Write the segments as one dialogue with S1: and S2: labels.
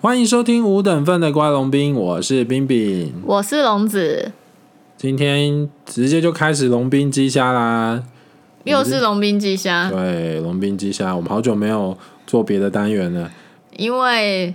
S1: 欢迎收听五等份的瓜龙冰，我是冰冰。
S2: 我是龙子，
S1: 今天直接就开始龙冰鸡虾啦。
S2: 又是龙冰鸡虾，
S1: 对，啊龙冰鸡虾，我们好久没有做别的单元了，
S2: 因为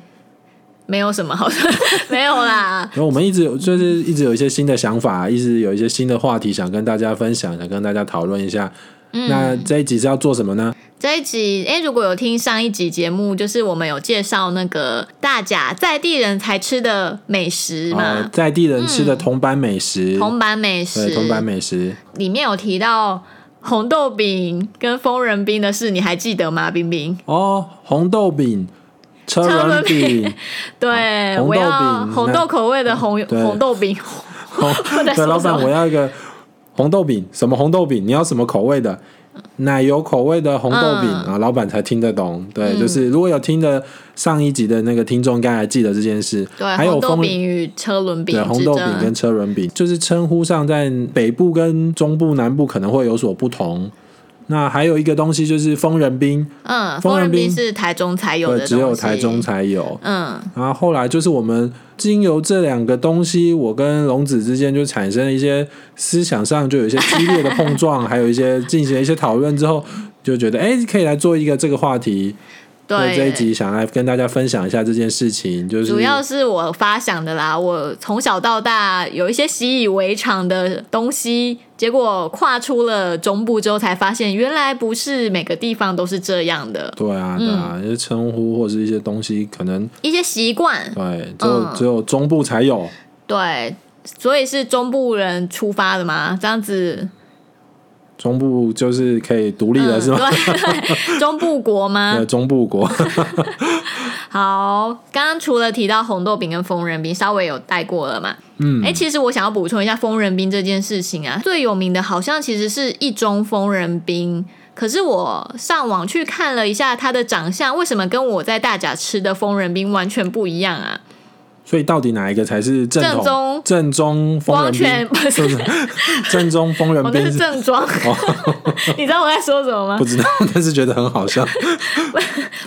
S2: 没有什么好说， 没有啦。
S1: 因为我们一直有就是一直有一些新的想法，一直有一些新的话题想跟大家分享，想跟大家讨论一下。
S2: 嗯
S1: 那这一集是要做什么呢？
S2: 这一集，哎、如果有听上一集节目，就是我们有介绍那个大甲在地人才吃的美食
S1: 呃
S2: 嘛，
S1: 在地人吃的铜板美食，
S2: 铜板嗯美食，
S1: 对，铜板美食，
S2: 里面有提到红豆饼跟疯人冰的事，你还记得吗？冰冰，
S1: 哦，红豆 饼、车
S2: 车
S1: 轮
S2: 轮
S1: 饼、
S2: 对，
S1: 哦红豆
S2: 我要
S1: 饼
S2: 红
S1: 那
S2: 豆口味的红
S1: 对
S2: 红豆饼，
S1: 红
S2: 哦我在
S1: 对，
S2: 说
S1: 老
S2: 什
S1: 板，
S2: 么
S1: 我要一个红豆饼，什么红豆饼？你要什么口味的？奶油口味的红豆饼、
S2: 嗯
S1: 啊，老板才听得懂。对，就是如果有听的上一集的那个听众，应该还记得这件事。
S2: 对，
S1: 还有
S2: 红豆
S1: 风
S2: 饼与车轮饼
S1: 对
S2: 之
S1: 红豆饼
S2: 争
S1: 跟车轮饼，就是称呼上在北部跟中部、南部可能会有所不同。那还有一个东西就是疯人冰，
S2: 嗯，
S1: 疯
S2: 疯
S1: 人
S2: 人
S1: 冰
S2: 冰是台中才有
S1: 对，
S2: 的东西，
S1: 只有台中。才有。
S2: 嗯，
S1: 然后后来就是我们经由这两个东西，我跟龙子之间就产生了一些思想上就有一些激烈的碰撞，还有一些进行了一些讨论之后，就觉得哎，可以来做一个这个话题。那
S2: 对，
S1: 这一集想来跟大家分享一下这件事情，就是
S2: 主要是我发想的啦。我从小到大有一些习以为常的东西，结果跨出了中部之后，才发现原来不是每个地方都是这样的，
S1: 对啊，对啊，一些称呼或是一些东西，可能
S2: 一些习惯。
S1: 对只有、
S2: 嗯
S1: 只有中部才有。
S2: 对，所以是中部人出发的嘛，这样子。
S1: 中部就是可以独立了，
S2: 嗯，啊
S1: 是吗？
S2: 对， 中部国吗
S1: 对，？中部国
S2: 好，刚刚除了提到红豆饼跟疯人冰，稍微有带过了嘛。嗯，哎、其实我想要补充一下疯人冰这件事情啊，最有名的好像其实是一中疯人冰。可是我上网去看了一下它的长相，为什么跟我在大甲吃的疯人冰完全不一样啊？
S1: 所以到底哪一个才是正
S2: 正
S1: 统
S2: 宗
S1: 正宗疯人
S2: 光
S1: 兵
S2: 全？不是，
S1: 正宗疯人
S2: 我那
S1: 兵
S2: 是正装。你知道我在说什么吗
S1: 哦 不？知道， 但是觉得很好笑。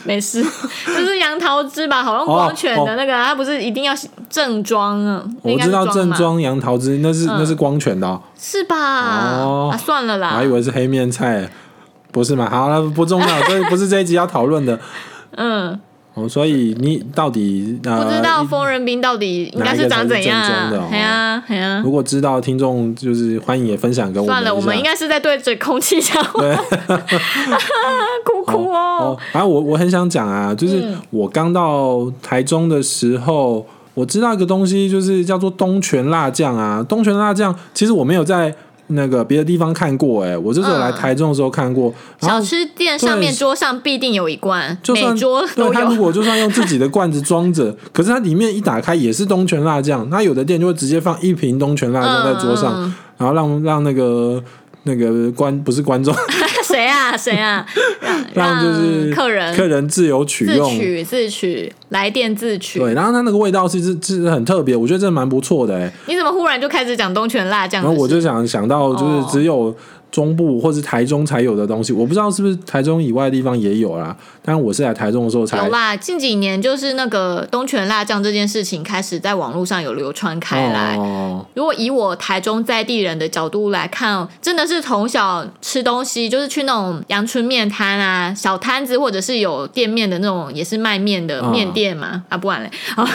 S2: 没事，就是杨桃汁吧，好像光泉的那个啊，它不是一定要正装啊？
S1: 哦我
S2: 应该
S1: 知
S2: 是
S1: 道正
S2: 嘛
S1: 装杨桃汁那是、那是光泉的哦、
S2: 是吧？
S1: 哦
S2: 啊，算了
S1: 我
S2: 啦
S1: 还以，为是黑面菜，不是嘛？好了，不重 要，这不是这一集要讨论的。
S2: 嗯，
S1: 哦，所以你到底呃，
S2: 不知道疯人兵到底应该
S1: 哪一
S2: 长怎样
S1: 个才是正宗的哦
S2: 啊？哎呀，哎呀，
S1: 如果知道的听众就是欢迎也分享给我们一下。
S2: 算了，我们应该是在对着空气讲话，
S1: 对
S2: 哭哭
S1: 哦
S2: 哦。，嗯
S1: 反正我我很想讲啊，就是我刚到台中的时候，我知道一个东西，就是叫做东泉辣酱啊。东泉辣酱其实我没有在那个别的地方看过、哎，我这次有来
S2: 嗯
S1: 台中的时候看过，然后
S2: 小吃店上面
S1: 对
S2: 桌上必定有一罐，
S1: 就算
S2: 每桌
S1: 对
S2: 都
S1: 他如
S2: 有。
S1: 果就算用自己的罐子装着，可是它里面一打开也是东泉辣酱，那有的店就会直接放一瓶东泉辣酱在桌上，
S2: 嗯嗯
S1: 然后让让那个那个观不是观 众，
S2: 谁啊？谁啊？
S1: 让就是
S2: 客人
S1: 客人自由取
S2: 自
S1: 用。
S2: 取自取，来电自取。
S1: 对，然后它那个味道是是是很特别，我觉得这蛮不错的哎、
S2: 你怎么忽然就开始讲东泉辣酱
S1: 然
S2: 的
S1: 后
S2: 事？
S1: 我就想想到，就是
S2: 哦
S1: 只有中部或是台中才有的东西，我不知道是不是台中以外的地方也有啦。但我是来台中的时候才
S2: 有啦，近几年就是那个东泉辣酱这件事情开始在网络上有流传开来。
S1: 哦，
S2: 如果以我台中在地人的角度来看，真的是从小吃东西，就是去那种阳春面摊啊、小摊子，或者是有店面的那种，也是卖面的
S1: 嗯
S2: 面店嘛，啊，不然嘞， 啊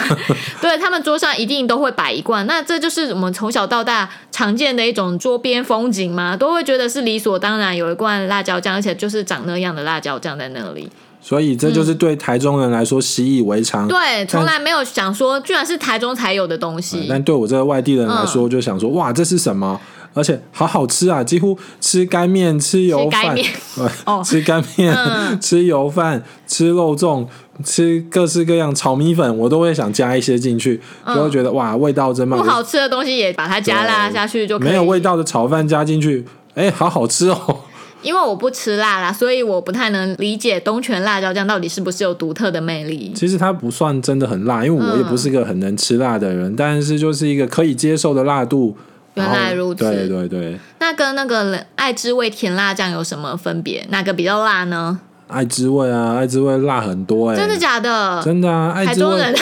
S2: 对他们桌上一定都会摆一罐，那这就是我们从小到大常见的一种桌边风景嘛，都会觉得是理所当然有一罐辣椒酱，而且就是长那样的辣椒酱在那里。
S1: 所以这
S2: 嗯
S1: 就是对台中人来说习以为常。
S2: 对，从来没有想说，居然是台中才有的东
S1: 嗯
S2: 西。
S1: 但对我这个外地人来
S2: 嗯
S1: 说，就想说、哇，这是什么？而且好好吃啊！几乎吃干面、吃油
S2: 吃
S1: 饭
S2: 干面、
S1: 呃
S2: 哦嗯
S1: 吃干面、吃油饭、吃肉粽、吃各式各样炒米粉，我都会想加一些进去，就会觉得哇，味道真棒。
S2: 嗯不好吃的东西也把它加辣
S1: 对
S2: 下去就可以，
S1: 没有味。道的炒饭加进去，哎，好好吃哦！
S2: 因为我不吃辣啦，所以我不太能理解东泉辣椒酱到底是不是有独特的魅力。
S1: 其实它不算真的很辣，因为我
S2: 嗯
S1: 也不是个很能吃辣的人，但是就是一个可以接受的辣度。
S2: 原来
S1: 然后
S2: 如此
S1: 对对对，
S2: 那跟那个爱之味甜辣酱有什么分别？哪个比较辣呢？
S1: 爱滋味啊，爱滋味辣很多哎、
S2: 真的假的？
S1: 真的啊，爱
S2: 台
S1: 滋
S2: 中
S1: 味
S2: 人，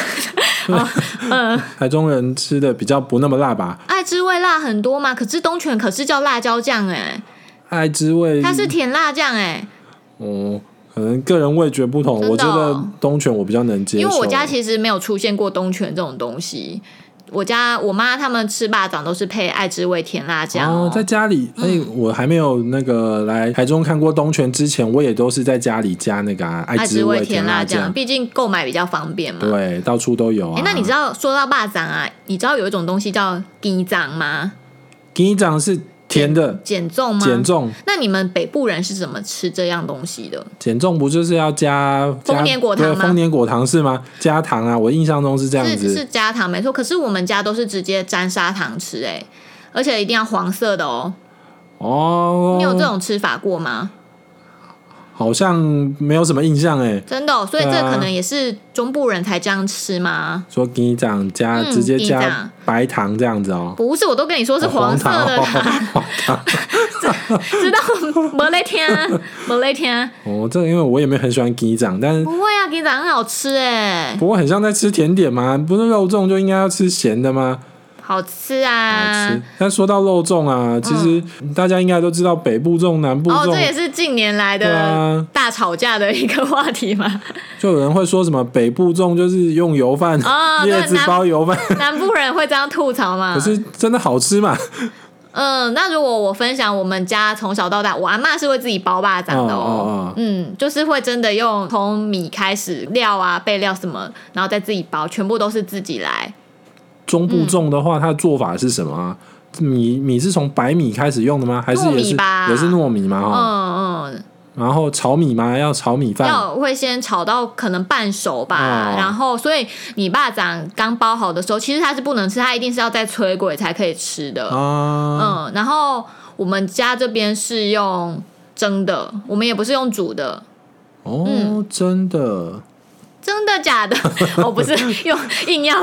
S2: 哦，嗯，
S1: 台中人吃的比较不那么辣吧？
S2: 爱之味辣很多嘛，可是东泉可是叫辣椒酱哎、
S1: 爱滋味
S2: 它是甜辣酱哎、
S1: 哦，可能个人味觉不同，
S2: 真的哦
S1: 我觉得东泉我比较能接受，
S2: 因为我家其实没有出现过东泉这种东西。我家我妈他们吃霸掌都是配爱之味甜辣酱、
S1: 哦，在家里，
S2: 嗯
S1: 哎、我还没有那个来台中看过东泉之前，我也都是在家里加那个、啊、爱
S2: 爱
S1: 滋
S2: 之
S1: 味
S2: 甜
S1: 辣
S2: 酱，，毕竟购买比较方便嘛。
S1: 对，到处都有啊。
S2: 哎，那你知道说到霸掌啊，你知道有一种东西叫鸡掌吗？
S1: 鸡掌是甜的，
S2: 减重吗？
S1: 减。重
S2: 那你们北部人是怎么吃这样东西的？
S1: 减重不就是要加加
S2: 丰年果糖
S1: 对
S2: 吗
S1: 丰年果糖是吗？加糖啊，我印象中是这样
S2: 是是
S1: 子。
S2: 加糖没错，可是我们家都是直接沾砂糖吃、哎，而且一定要黄色的哦。
S1: 哦，
S2: 你有这种吃法过吗？
S1: 好像没有什么印象哎。
S2: 真的哦、所以这
S1: 对啊
S2: 可能也是中部人才这样吃吗？
S1: 说鸡掌加、
S2: 嗯
S1: 直接
S2: 鸡
S1: 加
S2: 掌
S1: 白糖这样子哦，
S2: 不是，我都跟你说是
S1: 哦
S2: 黄色
S1: 糖
S2: 的
S1: 哦，
S2: 啦，
S1: 黄糖
S2: 知道没那天啊，没那天啊，
S1: 哦，这个因为我也没有很喜欢鸡掌，但是
S2: 不会啊，给你讲很好吃哎、
S1: 不过很像在吃甜点吗？不是肉粽就应该要吃咸的吗？
S2: 好吃
S1: 好
S2: 啊，嗯
S1: 吃。但说到肉粽啊，其实大家应该都知道北部粽、南部
S2: 哦，
S1: 粽，
S2: 这也是近年来
S1: 对
S2: 的
S1: 啊，
S2: 大吵架的一个话题嘛。
S1: 就有人会说什么北部粽就是用油饭、
S2: 哦对
S1: 叶子
S2: 南嗯
S1: 包油饭，
S2: 南部人会这样吐槽嘛？
S1: 可是真的好吃嘛？
S2: 嗯，那如果我分享我们家从小到大，我阿妈是会自己包霸掌的
S1: 哦哦哦
S2: 嗯，就是会真的用从米开始料啊、备料什么，然后再自己包，全部都是自己来。
S1: 中部粽的话，它的做法是什么啊？米米是从白米开始用的吗？还是
S2: 糯米
S1: 也是
S2: 吧
S1: 也是糯米嘛？哦哈、
S2: 嗯嗯，
S1: 然后炒米吗？要炒米饭，
S2: 要会先炒到可能半熟吧，
S1: 哦
S2: 然后所以你霸掌刚包好的时候，其实它是不能吃，它一定是要再吹鬼才可以吃的。
S1: 啊，
S2: 嗯，然后我们家这边是用蒸的，我们也不是用煮的。嗯
S1: 哦，真的，
S2: 真的假的？ 我、不是用硬要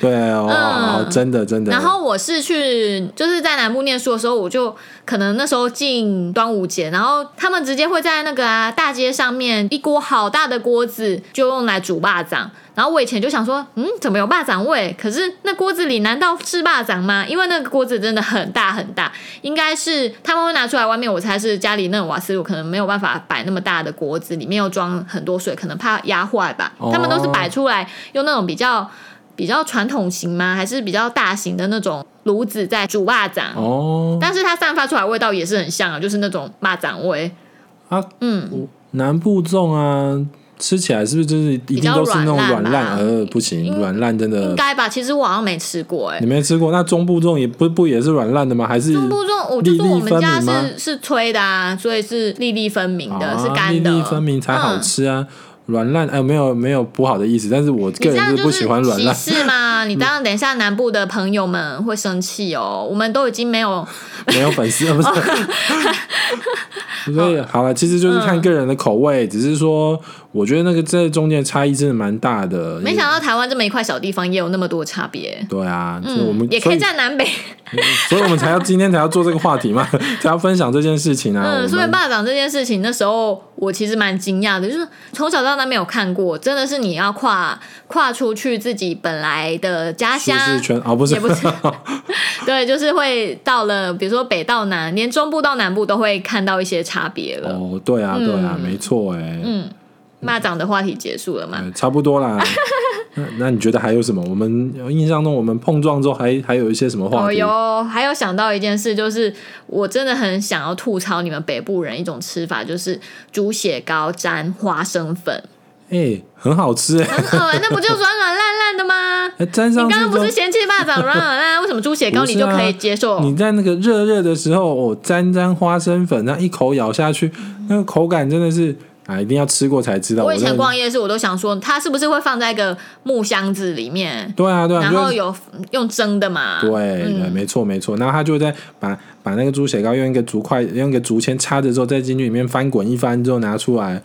S1: 对哦，
S2: 嗯
S1: 哦真的真的。
S2: 然后我是去就是在南部念书的时候，我就可能那时候进端午节，然后他们直接会在那个啊大街上面一锅好大的锅子就用来煮霸掌。然后我以前就想说，嗯，怎么有霸掌味？可是那锅子里难道是霸掌吗？因为那个锅子真的很大很大，应该是他们会拿出来外面，我猜是家里那种瓦斯炉可能没有办法摆那么大的锅子，里面又装很多水，可能怕压坏吧。
S1: 哦
S2: 他们都是摆出来用那种比较比较传统型吗？还是比较大型的那种炉子在煮蚂蚱？
S1: 哦，
S2: 但是它散发出来的味道也是很像啊，就是那种蚂蚱味。
S1: 啊，
S2: 嗯，
S1: 南部粽啊，吃起来是不是就是一定都是那种软
S2: 比较软烂吧
S1: 烂？呃，不行，软烂真
S2: 应
S1: 的
S2: 该吧？其实我好像没吃过哎、
S1: 你没吃过。那中部粽也不不也是软烂的吗？还是
S2: 中部粽，我就
S1: 粒
S2: 说
S1: 粒
S2: 我们
S1: 分
S2: 家
S1: 明吗
S2: 是是吹的啊，所以是粒粒分明的，
S1: 啊
S2: 是干
S1: 粒
S2: 的，
S1: 粒分明才好
S2: 嗯
S1: 吃啊？软烂哎，没有没有不好的意思，但是我
S2: 嗯
S1: 个
S2: 你这
S1: 人
S2: 样
S1: 是
S2: 就
S1: 不喜欢软
S2: 歧
S1: 烂。
S2: 视 吗？你这样等一下南部的朋友们会生气哦。我们都已经没有
S1: 没有粉 丝，呃不是。所以好了，其实就是
S2: 嗯
S1: 看个人的口味，只是说，我觉得那个这中间的差异真的蛮大的。
S2: 没想到台湾这么一块小地方也有那么多差别。
S1: 对啊，所以我们
S2: 嗯，也可
S1: 所
S2: 以
S1: 以
S2: 在南北，
S1: 所以我们才要今天才要做这个话题 嘛，才要分享这件事情啊。我
S2: 嗯，
S1: 们
S2: 所以霸掌这件事情，那时候我其实蛮惊讶的，就是从小到大没有看过，真的是你要跨跨出去自己本来的家
S1: 舒
S2: 乡，
S1: 适圈啊，不是
S2: 也不是对，就是会到了，比如说北到南，连中部到南部都会看到一些差别了。
S1: 哦，对
S2: 嗯
S1: 啊，对啊，没错，哎，
S2: 霸掌的话题结束了嘛？
S1: 呃差不多啦。 那那你觉得还有什么？我们印象中我们碰撞之后还还有一些什么话
S2: 哦
S1: 题？
S2: 哟，还有想到一件事，就是我真的很想要吐槽你们北部人一种吃法，就是煮雪糕沾花 生粉，
S1: 哎，很好吃哎，
S2: 很恶心那不就软软烂烂的吗？
S1: 哎沾上
S2: 嗯你
S1: 去
S2: 刚刚不
S1: 之
S2: 是
S1: 后
S2: 嫌弃霸 掌软软烂，为什么猪血糕
S1: 不是
S2: 你
S1: 啊
S2: 就可以接受？
S1: 你在那个热热的时候，哦，沾沾花生粉，那一口咬下去，那个口感真的是啊，一定要吃过才知道。
S2: 嗯我以前
S1: 真的
S2: 逛夜市，我都想说，它是不是会放在一个木箱子里面，
S1: 对啊对啊，
S2: 然
S1: 就
S2: 后
S1: 是
S2: 有用蒸的嘛？
S1: 对啊对，
S2: 嗯，
S1: 没错没错。然后他就在把把那个猪血糕用一个竹筷，用一个竹签插着之后，再进去里面翻滚一翻之后拿出来，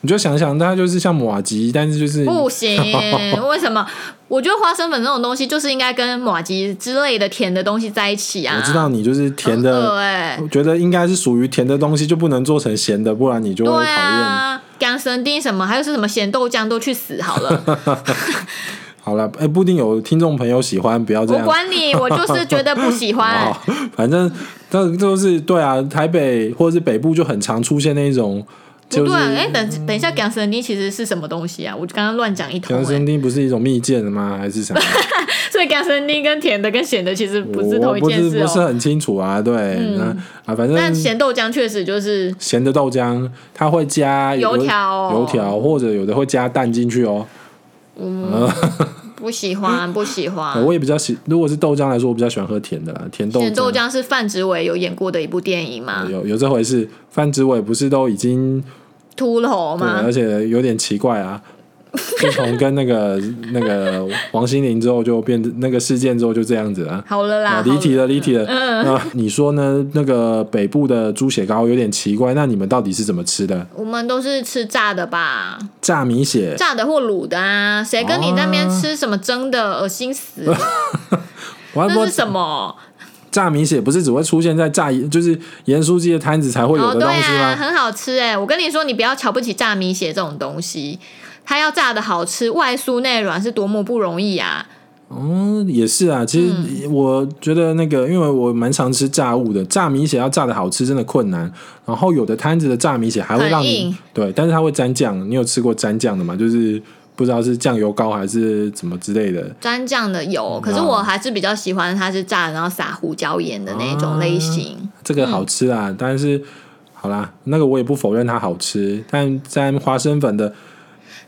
S1: 你就想想，它就是像马吉，但是就是
S2: 不行，为什么？我觉得花生粉这种东西就是应该跟马吉之类的甜的东西在一起啊。
S1: 我知道你就是甜
S2: 很
S1: 的，
S2: 恶哎、
S1: 我觉得应该是属于甜的东西就不能做成咸的，不然你就会
S2: 对
S1: 讨厌。
S2: 啊，姜生丁什么，还有是什么咸豆浆都去死好了，
S1: 好了，哎、不一定有听众朋友喜欢，不要 这
S2: 我
S1: 样。
S2: 管你，我就是觉得不喜欢
S1: 哦。，
S2: 哎
S1: 反正但就是对啊，台北或者是北部就很常出现那种，
S2: 不
S1: 就是
S2: 对啊，哎、等等一下，姜生丁其实是什么东西啊？我刚刚乱讲一通、
S1: 强
S2: 哎
S1: 生丁不是一种蜜饯吗？还是什么？
S2: 所以姜生丁跟甜的跟咸的其实 不是
S1: 我
S2: 同一
S1: 不
S2: 件
S1: 是
S2: 事
S1: 不是
S2: 哦、
S1: 很清楚啊，对，那啊，反
S2: 但
S1: 正
S2: 咸豆浆确实就是
S1: 咸的豆浆它会加有的
S2: 油条哦
S1: 油条或者有的会加蛋进去哦。
S2: 不喜欢，不喜欢。
S1: 我也比较喜，如果是豆浆来说，我比较喜欢喝甜的啦，甜豆
S2: 啊咸豆
S1: 浆。
S2: 浆是范植伟有演过的一部电影嘛，
S1: 有有这回事，范植伟不是都已经
S2: 秃头
S1: 对，
S2: 嘛
S1: 而，且有点奇怪啊。 自从跟那个那个王心凌之后，就变那个事件之后就这样子了。
S2: 好了啦，
S1: 啊，离题
S2: 好了
S1: 了，离题了。
S2: 嗯
S1: 那、你说呢？那个北部的猪血糕有点奇怪，那你们到底是怎么吃的？
S2: 我们都是吃炸的吧，
S1: 炸米血？
S2: 炸的或卤的啊，谁跟你那边吃什么蒸的，恶 心死了！
S1: 我还不
S2: 那是
S1: 知道
S2: 什么？
S1: 炸米血不是只会出现在炸就是盐酥鸡的摊子才会有
S2: 哦，
S1: 的
S2: 对
S1: 东西
S2: 啊，
S1: 吗？
S2: 很好吃哎！我跟你说，你不要瞧不起炸米血这种东西，它要炸的好吃，外酥内软是多么不容易啊！
S1: 嗯，也是啊。其实
S2: 嗯
S1: 我觉得那个，因为我蛮常吃炸物的，炸米血要炸的好吃真的困难。然后有的摊子的炸米血还会让
S2: 很
S1: 你
S2: 硬
S1: 对，但是它会沾酱。你有吃过沾酱的吗？就是不知道是酱油膏还是怎么之类的。
S2: 蘸酱的
S1: 嗯
S2: 有，
S1: 啊
S2: 可是我还是比较喜欢它是炸的，然后撒胡椒盐的那
S1: 啊
S2: 种类型。
S1: 这个好吃啊，但是好啦，那个我也不否认它好吃，但沾花生粉的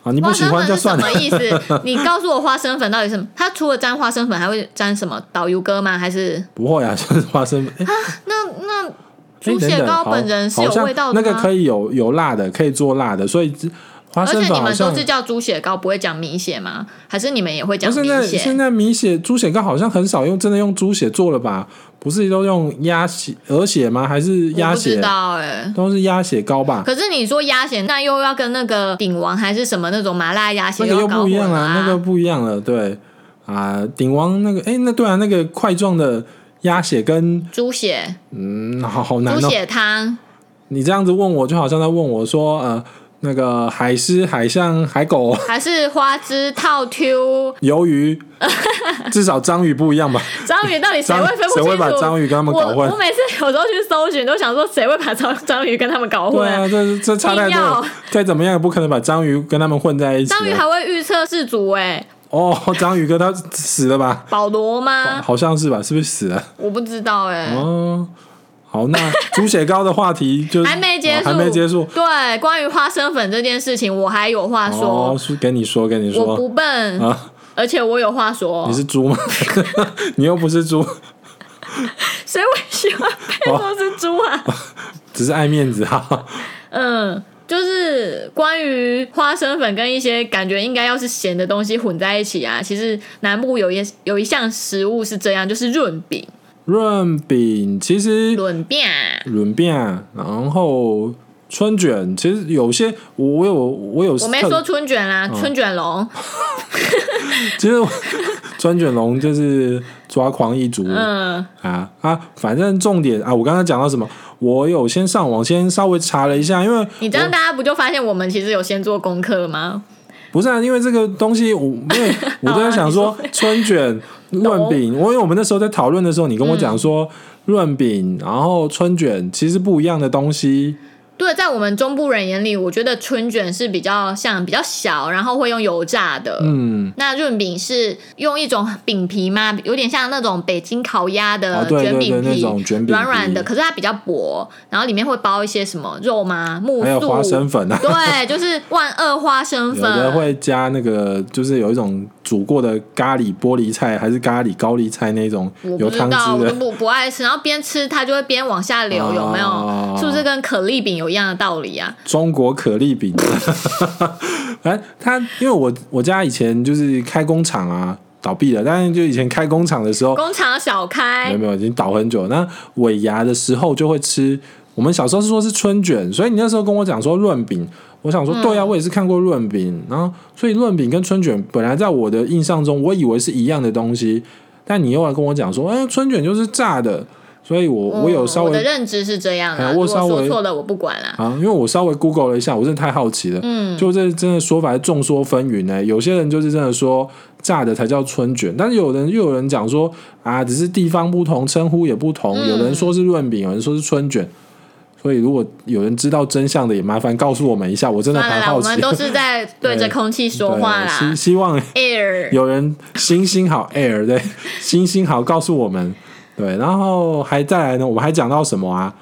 S1: 啊，你不
S2: 花
S1: 喜
S2: 生粉
S1: 欢就是
S2: 什
S1: 算了
S2: 么。意思？ 你告诉我花生粉到底是什么？它除了沾花生粉，还会沾什么导游哥吗？还是
S1: 不会啊，就是花生粉。哎
S2: 那那
S1: 哎
S2: 猪
S1: 等
S2: 血
S1: 等
S2: 糕
S1: 好
S2: 本人是有
S1: 好像
S2: 味道的
S1: 那
S2: 吗？
S1: 个可以有有辣的，可以做辣的，所以这花
S2: 而
S1: 生粉
S2: 且你
S1: 好
S2: 们
S1: 像
S2: 都是。叫猪血糕，不会讲米血吗？还是你们也会
S1: 那
S2: 讲
S1: 现
S2: 米
S1: 在现
S2: 血？
S1: 在米血猪血糕好像很少用，真的用猪血做了吧？不是都用鸭血、鹅血吗？还是
S2: 我
S1: 鸭
S2: 不知
S1: 血？
S2: 道哎、
S1: 都是鸭血糕吧？
S2: 可是你说鸭血，那又要跟那个鼎王还是什么那种麻辣鸭血
S1: 那个又
S2: 要搞
S1: 不一样
S2: 混了
S1: 啊，那个不一样了，对啊，鼎王那个，哎、那对啊，那个块状的鸭血跟
S2: 猪血、
S1: 嗯，好好难
S2: 猪
S1: 哦、
S2: 血汤，
S1: 你这样子问我，就好像在问我说，呃，那个海狮、海象、海狗、
S2: 还是花枝套 Q
S1: 鱿 鱼，至少章鱼不一样吧？
S2: 章鱼，到底谁
S1: 章
S2: 会分不
S1: 谁
S2: 清
S1: 会把
S2: 楚？
S1: 章鱼跟他们搞
S2: 我我
S1: 混？
S2: 每次有时候去搜寻，都想说谁会把章章鱼跟他们搞
S1: 对
S2: 混、
S1: 啊，这这差太多了
S2: 硬要。
S1: 再怎么样也不可能把章鱼跟他们混在一起
S2: 章鱼
S1: 啊。
S2: 还会预测氏族哎、
S1: 哦， 章鱼哥他死了吧？
S2: 保罗吗？
S1: 好像是吧？是不是死了？
S2: 我不知道哎、
S1: 哦，好，那猪血糕的话题就
S2: 还没结束，
S1: 哦还没结束。
S2: 对，关于花生粉这件事情，我还有话说。
S1: 哦，是跟你说，跟你
S2: 我
S1: 说
S2: 不笨，
S1: 啊，
S2: 而且我有话说
S1: 你。是猪吗？ 你又不是猪，
S2: 谁会喜
S1: 哦
S2: 欢被说是猪啊？
S1: 只是爱面子哈。
S2: 嗯，就是关于花生粉跟一些感觉应该要是咸的东西混在一起啊。其实南部有一有一项食物是这样，就是润饼、
S1: 润饼其实
S2: 润饼啊。
S1: 润饼，然后春卷，其实有些我我有我有
S2: 我没
S1: 特
S2: 说春卷啦，春卷龙，
S1: 其实我春卷龙就是抓狂一族、
S2: 嗯，
S1: 啊啊，反正重点啊，我刚刚讲到什么？我有先上网先稍微查了一下，因为
S2: 你这样大家不就发现我们其实有先做功课吗？
S1: 不是啊，因为这个东西我因 为我都在想
S2: 啊
S1: 说春卷、润饼，我因为我们那时候在讨论的时候，你跟我讲
S2: 嗯
S1: 说润饼，然后春卷其实不一样的东西。
S2: 对，在我们中部人眼里，我觉得春卷是比较像比较小，然后会用油炸的。
S1: 嗯，
S2: 那润饼是用一种饼皮吗？有点像那种北京烤鸭
S1: 哦
S2: 的
S1: 对
S2: 卷饼
S1: 对对那
S2: 皮，
S1: 种卷饼皮
S2: 软软的，可是它比较薄，然后里面会包一些什么肉吗？木
S1: 还有
S2: 素，
S1: 花生粉啊，
S2: 对，就是万恶花 生
S1: 有的
S2: 粉。
S1: 会加那个，就是有一种煮过的咖喱玻璃菜，还是咖喱高丽菜那种
S2: 我
S1: 有
S2: 不知
S1: 汤
S2: 道，
S1: 汁
S2: 我都
S1: 的。
S2: 不不爱吃，然后边吃它就会边往下流，有没
S1: 哦
S2: 有？是不是跟可丽饼有一样的道理啊？
S1: 中国可丽饼。 反正他因为我我家以前就是开工厂啊，倒闭了，但是就以前开工厂的时候，
S2: 工厂小
S1: 没有
S2: 开，
S1: 没有已经倒很久。那尾牙的时候就会吃，我们小时候是说是春卷，所以你那时候跟我讲说润饼，我想说对啊，我也是看过润饼，然后所以润饼跟春卷本来在我的印象中，我以为是一样的东西。但你又来跟我讲说，哎、春卷就是炸的，所以我我有稍
S2: 嗯哦我的
S1: 微
S2: 认知是这样的、
S1: 哎
S2: 啊，
S1: 我
S2: 如果
S1: 稍
S2: 说
S1: 微
S2: 错了我不管啦、
S1: 啊，因为我稍微 Google 了一下，我真的太好奇了。
S2: 嗯，
S1: 就这真的说法是众说纷纭呢、有些人就是真的说炸的才叫春卷，但是有人又有人讲说啊，只是地方不同，称呼也不同。
S2: 嗯
S1: 有人说是润饼，有人说是春卷。所以如果有人知道真相的，也麻烦告诉我们一下，我真的
S2: 算了
S1: 很
S2: 啦，
S1: 好
S2: 我
S1: 奇。
S2: 们都 是在对着
S1: 对
S2: 空气说话
S1: 对
S2: 啦
S1: 希希望
S2: ，air。
S1: 有人星星好 air 对，星星好告诉我们。对，然后还再来呢，我们还讲到什么啊？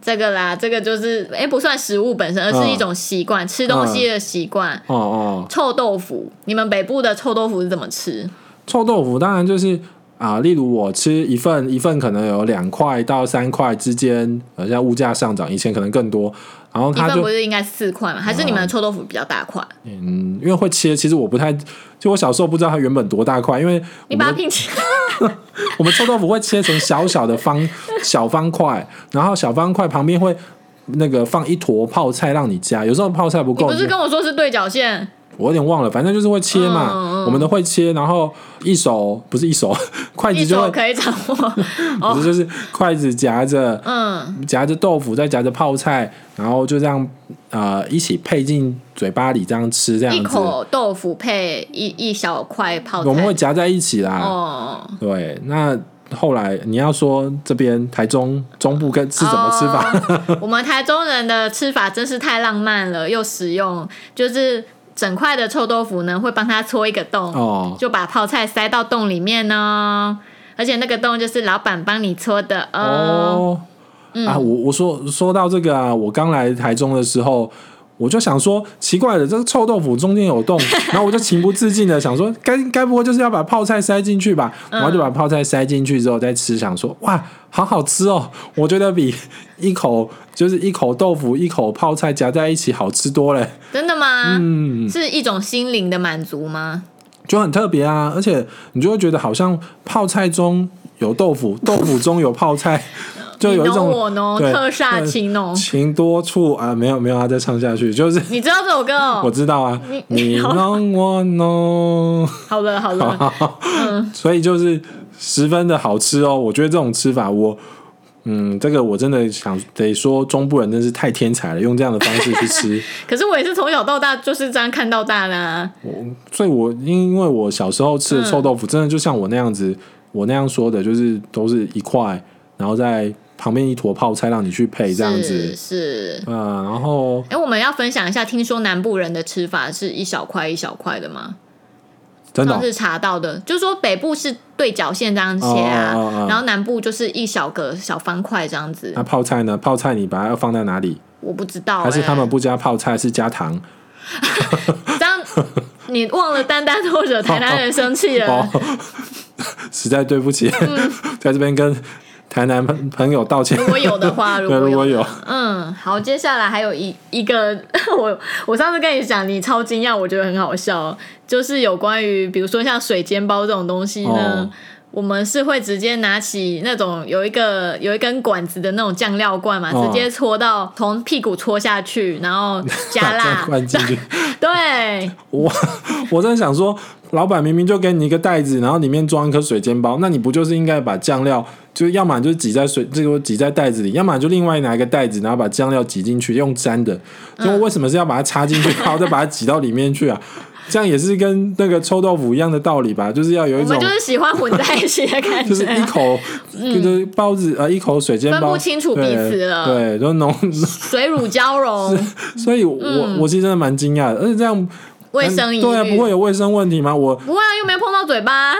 S2: 这个啦，这个就是哎、不算食物本身，而是
S1: 嗯
S2: 一种习惯，吃东西的习惯。
S1: 哦哦，
S2: 臭豆腐，你们北部的臭豆腐是怎么吃？
S1: 臭豆腐当然就是啊，例如我吃一份，一份可能有两块到三块之间，呃，现在物价上涨，以前可能更多。然后
S2: 一
S1: 它
S2: 份
S1: 就
S2: 不是应该四块吗？还是你们的臭豆腐比较大块？
S1: 嗯，因为会切，其实我不太，就我小时候不知道它原本多大块，因为
S2: 你
S1: 我
S2: 把它
S1: 们
S2: 拼起来，
S1: 我们臭豆腐会切成小小的方 小方块，然后小方块旁边会那个放一坨泡菜让你加，有时候泡菜不
S2: 你
S1: 够，
S2: 不是
S1: 你就
S2: 跟我说是对角线？
S1: 我有点忘了，反正就是会切嘛，
S2: 嗯嗯
S1: 我们都会切，然后一手不是一手， 筷
S2: 一
S1: 子就
S2: 手
S1: 会。
S2: 可以哦掌 握。
S1: 不是，就是筷子夹 着，
S2: 嗯，
S1: 夹着豆腐，再夹着泡菜，然后就这样呃一起配进嘴巴里这样吃，这
S2: 一
S1: 样子
S2: 口豆腐配一一小块泡菜。
S1: 我们会夹在一起啦。
S2: 哦，
S1: 对，那后来你要说这边台中中部跟是怎么吃法？
S2: 哦 我们台中人的吃法真是太浪漫了，又实用。就是整块的臭豆腐呢，会帮它戳一个 洞，
S1: 哦，
S2: 就把泡菜塞到洞里面呢、而且那个洞就是老板帮你戳的哦。
S1: 哦，啊，我我说说到这个啊，我刚来台中的时候。我就想说，奇怪了，这个臭豆腐中间 有洞，然后我就情不自禁的想说，该该不会就是要把泡菜塞进去吧？
S2: 嗯
S1: 然后就把泡菜塞进去之后再吃，想说，哇，好好吃哦！ 我觉得比一口就是一口豆腐一口泡菜夹在一起好吃多了。
S2: 真的吗？
S1: 嗯，
S2: 是一种心灵的满足吗？
S1: 就很特别啊，而且你就会觉得好像泡菜中有豆腐，豆腐中有泡菜，就有一
S2: 你侬
S1: 种
S2: 我侬，
S1: 对
S2: 特煞
S1: 对
S2: 情浓。
S1: 情多处啊，没有没有，他再唱下去就是。
S2: 你知道这首歌
S1: 我
S2: 哦？
S1: 知道啊
S2: 你，
S1: 你弄我弄，
S2: 好了好 了，
S1: 所以就是十分的好吃哦。我觉得这种吃法，我嗯，这个我真的想得说，中部人真是太天才了，用这样的方式去 吃。
S2: 可是我也是从小到大就是这样看到大的、啊。
S1: 所以我，因为我小时候吃的臭豆
S2: 嗯
S1: 腐，真的就像我那样子，我那样说的，就是都是一块，然后在旁边一坨泡菜让你去配这样
S2: 是
S1: 子，
S2: 是。
S1: 嗯、然后
S2: 哎、我们要分享一下，听说南部人的吃法是一小块一小块的吗？
S1: 真的哦、
S2: 上次查到的，就是说北部是对角线这样切啊，
S1: 哦哦哦哦
S2: 然后南部就是一小个小方块这样子。
S1: 那泡菜呢？泡菜你把它放在哪里？
S2: 我不知道、欸，
S1: 还是他们不加泡菜，是加糖？
S2: 这样？你忘了丹丹 或者台南人生气了
S1: 哦， 实在对不起，
S2: 嗯
S1: 在这边跟台南朋朋友道歉。
S2: 如果有的话，如
S1: 对，
S2: 果
S1: 如果
S2: 有
S1: 有
S2: 的，嗯，好，接下来还有一一个， 我我上次跟你讲，你超惊讶，我觉得很好笑，就是有关于比如说像水煎包这种东西呢。
S1: 哦
S2: 我们是会直接拿起那种有一个有一根管子的那种酱料罐嘛，
S1: 哦
S2: 直接戳到从屁股戳下去，然后加
S1: 把
S2: 辣
S1: 这，灌进去。
S2: 对，
S1: 我我真的想说，老板明明就给你一个袋子，然后里面装一颗水煎包，那你不就是应该把酱料，就要么就挤在水这个挤在袋子里，要么就另外拿一个袋子，然后把酱料挤进去，用粘的。
S2: 嗯
S1: 结果为什么是要把它插进去，然后再把它挤到里面去啊？这样也是跟那个臭豆腐一样的道理吧，就是要有一
S2: 我们
S1: 种
S2: 就是喜欢混在一起的 感觉，
S1: 就是一口就是包子呃一口水煎
S2: 嗯分
S1: 包，
S2: 不清楚彼此了
S1: 对，对，就浓。
S2: 水乳交融，
S1: 所以我我其实真的蛮惊讶的，而且这样
S2: 嗯卫生疑虑，
S1: 对啊，不会有卫生问题吗？我
S2: 不会啊，又没碰到嘴巴，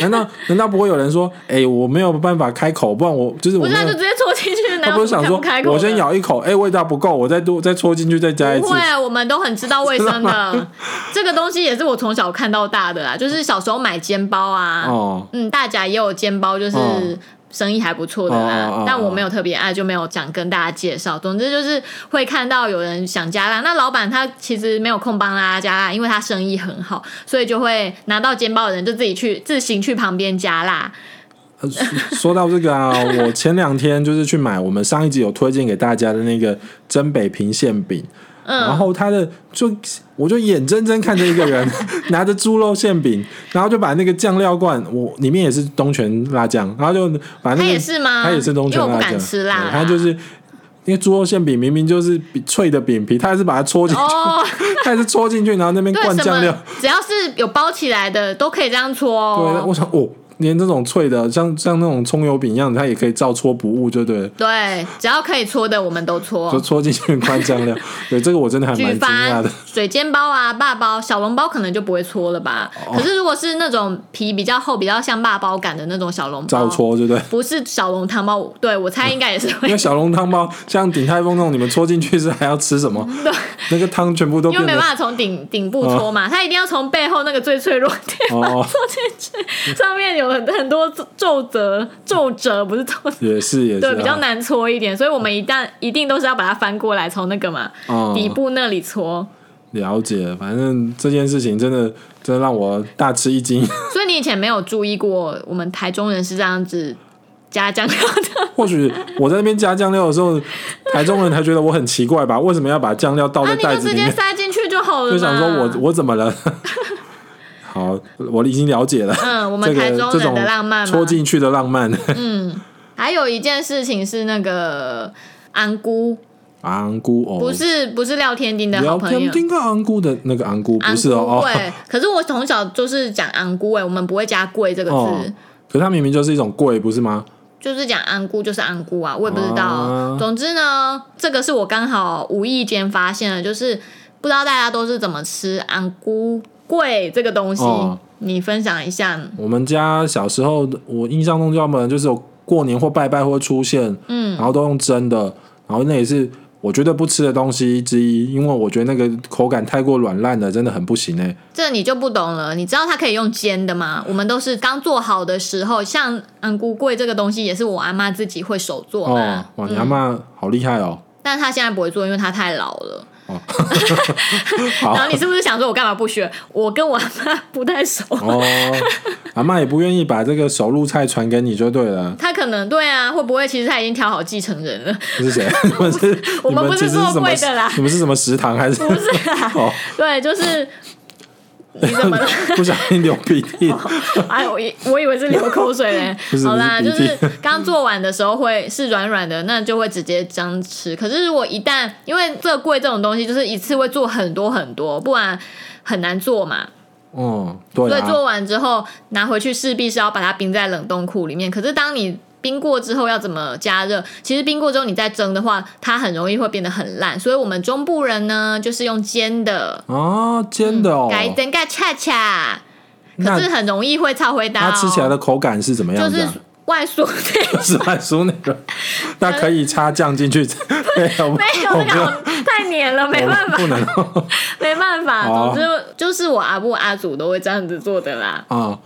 S1: 难道难道不会有人说，哎、我没有办法开口，不然我就是我
S2: 不
S1: 没
S2: 是啊，就
S1: 有
S2: 直，接戳进去，哪
S1: 他
S2: 有
S1: 不是
S2: 什
S1: 想
S2: 么开
S1: 说
S2: 不开口的？
S1: 我先咬一口，哎、味道不够，我再多再戳进去再加一
S2: 不
S1: 次
S2: 会，啊，我们都很知道卫 生的。这个东西也是我从小看到大的啦，啊就是小时候买煎包啊，
S1: 哦，
S2: 嗯，大家也有煎包，就是
S1: 哦
S2: 生意还不错的啦。
S1: 哦哦哦
S2: 但我没有特别啊爱，就没有想跟大家介绍。总之就是会看到有人想加辣，那老板他其实没有空帮大家加辣，因为他生意很好，所以就会拿到煎包的人就自己去自行去旁边加 辣。
S1: 呃说说到这个啊，我前两天就是去买我们上一集有推荐给大家的那个真北平馅饼，
S2: 嗯
S1: 然后他的就我就眼睁睁看着一个人 拿着猪肉馅饼，然后就把那个酱料罐，我里面也是东泉辣酱，然后就把那个
S2: 他也是吗？
S1: 他也是东
S2: 因
S1: 泉
S2: 为我
S1: 辣
S2: 不
S1: 酱，
S2: 敢吃辣啦
S1: 对，他就是因为猪肉馅饼明明就是比脆的饼皮，他还是把它戳进去，
S2: 哦，
S1: 他还是戳进去，然后那边
S2: 对，
S1: 灌
S2: 什
S1: 酱料
S2: 么，只要是有包起来的都可以这样搓
S1: 对，
S2: 哦、
S1: 我想哦。连这种脆的，像像那种葱油饼一样，它也可以照戳不误，就对了，
S2: 对，只要可以搓的我们都
S1: 就
S2: 搓。
S1: 戳进去灌酱 料。对，这个我真的还蛮
S2: 哦举
S1: 惊讶
S2: 凡
S1: 的。
S2: 水煎包啊、霸包、小笼包可能就不会搓了吧。
S1: 哦
S2: 可是如果是那种皮比较厚、比较像霸包感的那种小笼包
S1: 照，戳，对不对？
S2: 不是小笼汤包，对我猜应该也是 会
S1: 因为小笼汤包像鼎泰丰那种，你们戳进去是还要吃什么？那个汤全部都
S2: 嗯因为
S1: 变
S2: 没
S1: 得
S2: 办法从顶顶部搓嘛，它一定要从背后那个最脆弱的地方
S1: 哦，
S2: 搓进去，上面有很很多皱褶，皱褶不是皱褶，
S1: 也是也是、啊，
S2: 对，比较难搓一点，所以我们一旦一定都是要把它翻过来，从那个嘛
S1: 哦
S2: 底部那里搓。
S1: 了解。反正这件事情真的真的让我大吃一惊。
S2: 所以你以前没有注意过，我们台中人是这样子加酱料的，
S1: 或许我在那边加酱料的时候，台中人还觉得我很奇怪吧？为什么要把酱料倒
S2: 那
S1: 在
S2: 啊你
S1: 袋
S2: 就
S1: 子
S2: 直
S1: 里
S2: 接
S1: 面？
S2: 塞进去就好了嘛。
S1: 就想说我我怎么 了？好，我已经了解了。
S2: 嗯，我
S1: 这
S2: 们
S1: 个
S2: 台中
S1: 这
S2: 人
S1: 种
S2: 的浪漫嘛
S1: 戳。进去的浪漫，
S2: 还有一件事情是那个昂姑，
S1: 昂姑哦，
S2: 不是不是廖天丁的好
S1: 聊
S2: 朋
S1: 天
S2: 友。欸
S1: 听个昂姑的那个昂姑
S2: 昂
S1: 不是哦
S2: 菇
S1: 哦，
S2: 对，可是我从小就是讲昂菇哎，我们不会加贵这个字，
S1: 哦可是它明明就是一种贵，不是吗？
S2: 就是讲安菇，就是安菇啊，我也不知道。
S1: 啊
S2: 总之呢，这个是我刚好无意间发现的，就是不知道大家都是怎么吃安菇贵这个东西，
S1: 哦
S2: 你分享一下。
S1: 我们家小时候，我印象中叫们就是有过年或拜拜会出现，
S2: 嗯，
S1: 然后都用蒸的，然后那也是我绝对不吃的东西之一，因为我觉得那个口感太过软烂了，真的很不行哎、
S2: 这你就不懂了。你知道它可以用煎的吗？我们都是刚做好的时候，像安菇贵这个东西也是我阿妈自己会手做
S1: 哦
S2: 嘛，，
S1: 哇，你阿妈
S2: 嗯
S1: 好厉害哦！
S2: 但她现在不会做，因为她太老 了。
S1: 好
S2: 然后你是不是想说我干嘛不学？我跟我阿妈不太熟。
S1: 哦，阿妈也不愿意把这个手入菜传给你就对了。
S2: 他可能对啊，会不会其实他已经挑好继承人了？
S1: 这是谁？ 你们是
S2: 我
S1: 你
S2: 们不
S1: 们
S2: 是
S1: 其实是什
S2: 做
S1: 么
S2: 贵的啦？啊
S1: 你们是什么食堂还是？不是 哦，
S2: 对，就是你 怎么了？
S1: 不小心流鼻 涕。
S2: 哎，我以我以为是流口水嘞
S1: 不。是
S2: 好啦，
S1: 不
S2: 就是
S1: 鼻涕
S2: 是 刚做完的时候会是软软的，那就会直接这样吃。可是如果一旦因为这柜这种东西，就是一次会做很多很多，不然很难做嘛。
S1: 哦，对
S2: 所以
S1: 啊，
S2: 做完之后拿回去势必是要把它冰在冷冻库里面。可是当你冰过之后要怎么加热？其实冰过之后你再蒸的话，它很容易会变得很烂。所以我们中部人呢，就是用煎的，
S1: 哦，煎的哦，
S2: 嗯改蒸盖恰恰，
S1: 那
S2: 可是很容易会超回答、
S1: 它
S2: 哦。
S1: 吃起来的口感是怎么
S2: 就
S1: 样子
S2: 是
S1: 啊？
S2: 外酥 内
S1: 是 外酥那 个，那可以插酱进去， 没有没
S2: 没有
S1: 我
S2: 那
S1: 没有
S2: 个好太黏了，没办法
S1: 我，不能 哦
S2: 没办法。
S1: 哦
S2: 总之就是我阿布阿祖都会这样子做的啦。
S1: 啊。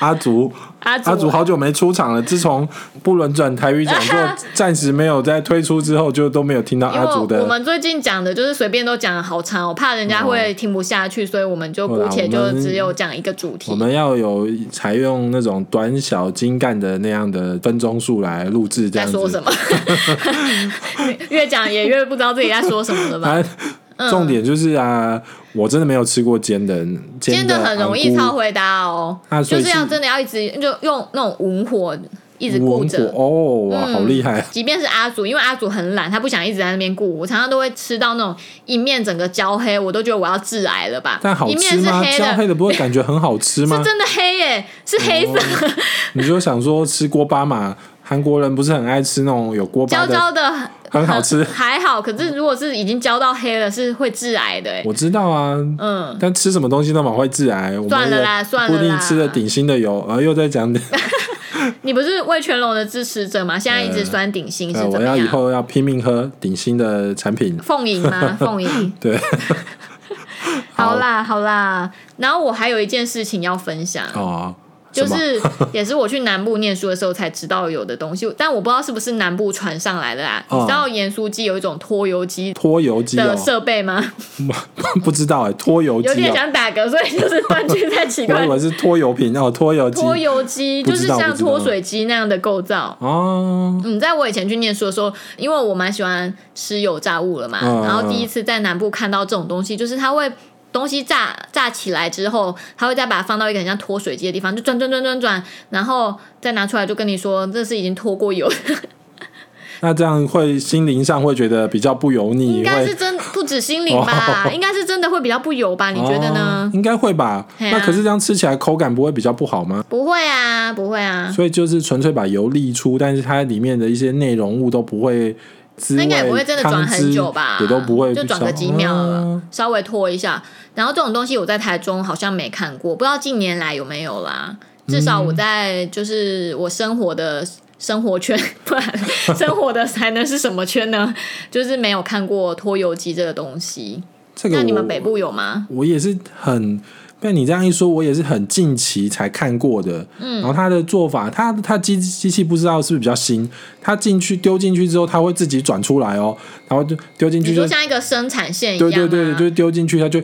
S1: 阿竹，
S2: 嗯阿祖啊
S1: 阿竹好久没出场了。自从不轮转台语讲 座暂时没有在推出之后，就都没有听到
S2: 因
S1: 阿竹
S2: 为我
S1: 的。
S2: 们最近讲的就是随便都讲得好长，我怕人家会听不下去，所以我们就姑
S1: 哦好
S2: 且
S1: 啦
S2: 就
S1: 我们
S2: 只有讲一个主
S1: 我
S2: 题。
S1: 们要有采用那种短小精干的那样的分钟数来录制，这
S2: 在
S1: 样
S2: 说
S1: 子。
S2: 什么？ 越讲也越不知道自己在说什么了吧？
S1: 啊，
S2: 嗯
S1: 重点就是啊，我真的没有吃过煎的，
S2: 真
S1: 煎
S2: 的很容易
S1: 昂
S2: 超
S1: 菇
S2: 回答哦，
S1: 啊所
S2: 就
S1: 以
S2: 是要
S1: 是
S2: 真的要一直就用那种文火一直顾
S1: 文火
S2: 着。
S1: 哦，哇，好
S2: 嗯
S1: 厉害！
S2: 即便是阿祖，因为阿祖很懒，他不想一直在那边顾。我常常都会吃到那种一面整个焦黑，我都觉得我要致癌了吧。
S1: 但好
S2: 一
S1: 吃
S2: 面是
S1: 吗？
S2: 黑
S1: 焦
S2: 的，
S1: 黑的不会感觉很好吃吗
S2: 是？真的黑耶、是黑色
S1: 哦
S2: 的
S1: 你就想说吃锅巴嘛，韩国人不是很爱吃那种有锅巴
S2: 焦
S1: 的，
S2: 焦嗯的
S1: 很好吃
S2: 还好。可是如果是已经焦到黑了，是会致癌的、欸。
S1: 我知道啊。
S2: 嗯，
S1: 但吃什么东西都蛮会致癌，我
S2: 算
S1: 们
S2: 了啦
S1: 也
S2: 算了
S1: 不
S2: 啦
S1: 一定吃的顶新的油，然后又在讲，
S2: 你不是魏全龙的支持者吗？现在一直酸顶心是
S1: 呃，
S2: 怎
S1: 我
S2: 么
S1: 要以
S2: 样？
S1: 后要拼命喝顶新的产品。
S2: 凤营吗？凤营。
S1: 对，
S2: 好啦，好啦。然后我还有一件事情要分享，
S1: 哦，
S2: 就
S1: 什么
S2: 是也是我去南部念书的时候才知道有的东西，但我不知道是不是南部传上来的啦。
S1: 哦
S2: 你知道盐酥鸡有一种拖油机
S1: 拖油机哦
S2: 的，设备吗？
S1: 不知道哎，拖油机
S2: 有点
S1: 哦，
S2: 想打嗝，所以就是断句太奇
S1: 我
S2: 怪
S1: 以。为是拖油瓶哦，拖油机
S2: 拖油机
S1: 不
S2: 就
S1: 知
S2: 是
S1: 道
S2: 像
S1: 不知道
S2: 脱水机那样的构造。
S1: 哦，
S2: 嗯，在我以前去念书的时候，因为我蛮喜欢吃油炸物了嘛，
S1: 嗯
S2: 然后第一次在南部看到这种东西，就是它会东西炸炸起来之后，它会再把它放到一个很像脱水机的地方，就转转转转转，然后再拿出来就跟你说这是已经脱过油，
S1: 嗯那这样会心灵上会觉得比较不油腻，
S2: 应该是
S1: 会
S2: 真不止心灵 吧，应该是真的会比较不油吧？你觉得
S1: 哦
S2: 呢？
S1: 应该会吧？
S2: 嘿啊
S1: 那可是这样吃起来口感不会比较不好吗？
S2: 不会啊，不会啊，
S1: 所以就是纯粹把油沥出，但是它里面的一些内容物都不会滋
S2: 那
S1: 味，
S2: 应该也不会真的转很久
S1: 汤？
S2: 吧
S1: 汁也都不会，
S2: 就转个几秒
S1: 啊
S2: 了，稍微拖一下。然后这种东西我在台中好像没看过，不知道近年来有没有啦。
S1: 嗯
S2: 至少我在就是我生活的 生活圈，不然生活的才能是什么圈呢？就是没有看过拖油机这个东西。
S1: 这个
S2: 那你
S1: 我
S2: 们北部有吗？
S1: 我也是很被你这样一说，我也是很近期才看过的。嗯，然后它的做法，它它机机器不知道是不是比较新，它进去丢进去之后，它会自己转出来哦，然后就丢进
S2: 你
S1: 去
S2: 说
S1: 就
S2: 像一个生产线一样
S1: 对
S2: 吗？
S1: 对对，就是丢进去，它就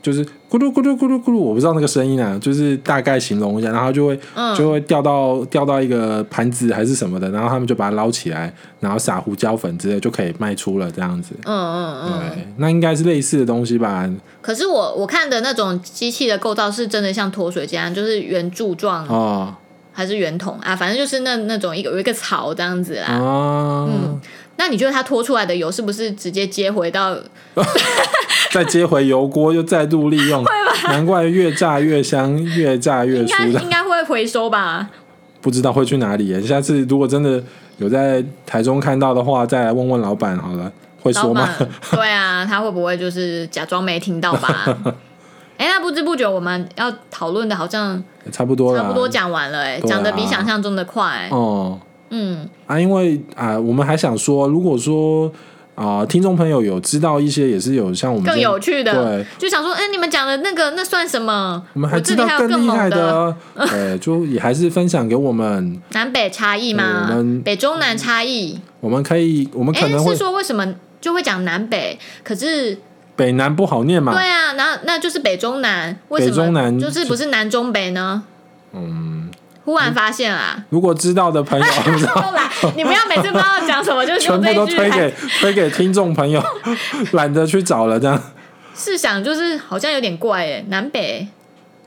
S1: 就是咕噜咕噜咕噜咕噜，我不知道那个声音啊，就是大概形容一下，然后它就会、
S2: 嗯
S1: 就会掉到掉到一个盘子还是什么的，然后他们就把它捞起来，然后撒胡椒粉之类就可以卖出了这样子。
S2: 嗯嗯嗯。
S1: 对，那应该是类似的东西吧？
S2: 可是我我看的那种机器的构造是真的像脱水机一样，就是圆柱状
S1: 哦
S2: 还是圆筒啊，反正就是那那种一个有一个槽这样子啦。
S1: 啊，
S2: 嗯那你觉得它拖出来的油是不是直接接回到？
S1: 再接回油锅，又再度利用，难怪越炸越香，越炸越
S2: 应该
S1: 酥的。
S2: 应该会回收吧？
S1: 不知道会去哪里耶下次如果真的有在台中看到的话，再来问问老板好了， 会
S2: 老
S1: 说吗
S2: 板？，对啊，他会不会就是假装没听到 吧？哎、那不知不觉我们要讨论的好像
S1: 差不多了，啊
S2: 差不多讲完了、哎、
S1: 对啊
S2: 讲的比想象中的快、哎
S1: 哦、
S2: 嗯，
S1: 啊，因为啊、我们还想说，如果说啊、听众朋友有知道一些，也是有像我们
S2: 更
S1: 这
S2: 有趣的，
S1: 对。
S2: 就想说，哎、你们讲的那个那算什么？
S1: 我们还
S2: 我
S1: 知
S2: 这
S1: 道
S2: 里还有
S1: 更
S2: 更
S1: 厉
S2: 猛
S1: 害的哦， 对，就也还是分享给我们，
S2: 南北差异
S1: 对我
S2: 嘛
S1: 们，
S2: 北中南差异。
S1: 我们可以，我们
S2: 哎、
S1: 可能会
S2: 是说为什么就会讲南北？可是
S1: 北南不好念嘛，
S2: 对啊，那那就是北中南，为什么
S1: 嗯北中南，
S2: 就是不是南中北呢？嗯，忽然发现啦
S1: 如果知道的 朋友，
S2: 又来，你不要每次不知道讲什么就
S1: 全
S2: 用
S1: 部
S2: 这一
S1: 都
S2: 句
S1: 推
S2: 来
S1: 给 推给听众朋友， 懒得去找了，这样
S2: 试想，就是好像有点怪哎，南北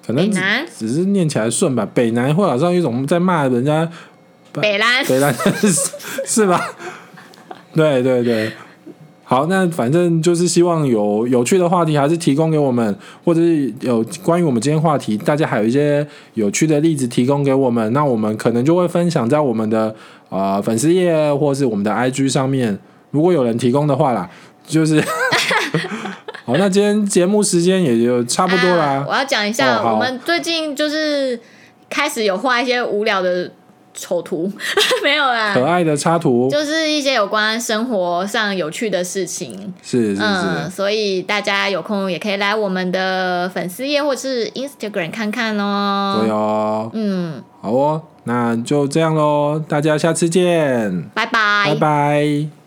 S1: 可能
S2: 北
S1: 只
S2: 南
S1: 只是念起来顺吧。北南或者像一种在骂人家
S2: 北南，
S1: 北南 是是吧？对对对。好，那反正就是希望有有趣的话题还是提供给我们，或者是有关于我们今天话题，大家还有一些有趣的例子提供给我们，那我们可能就会分享在我们的呃粉丝页或是我们的 IG 上面，如果有人提供的话啦，就是 好，那今天节目时间也就差不多啦。
S2: 啊我要讲一
S1: 哦
S2: 下，
S1: 好
S2: 我们最近就是开始有画一些无聊的丑图， 没有啦
S1: 可，爱的插图
S2: 就是一些有关生活上有趣的事情。
S1: 是是是，
S2: 嗯，所以大家有空也可以来我们的粉丝页或是 Instagram 看看
S1: 对
S2: 哦。
S1: 哦，
S2: 嗯，
S1: 好哦，那就这样喽，大家下次见，
S2: 拜拜
S1: 拜拜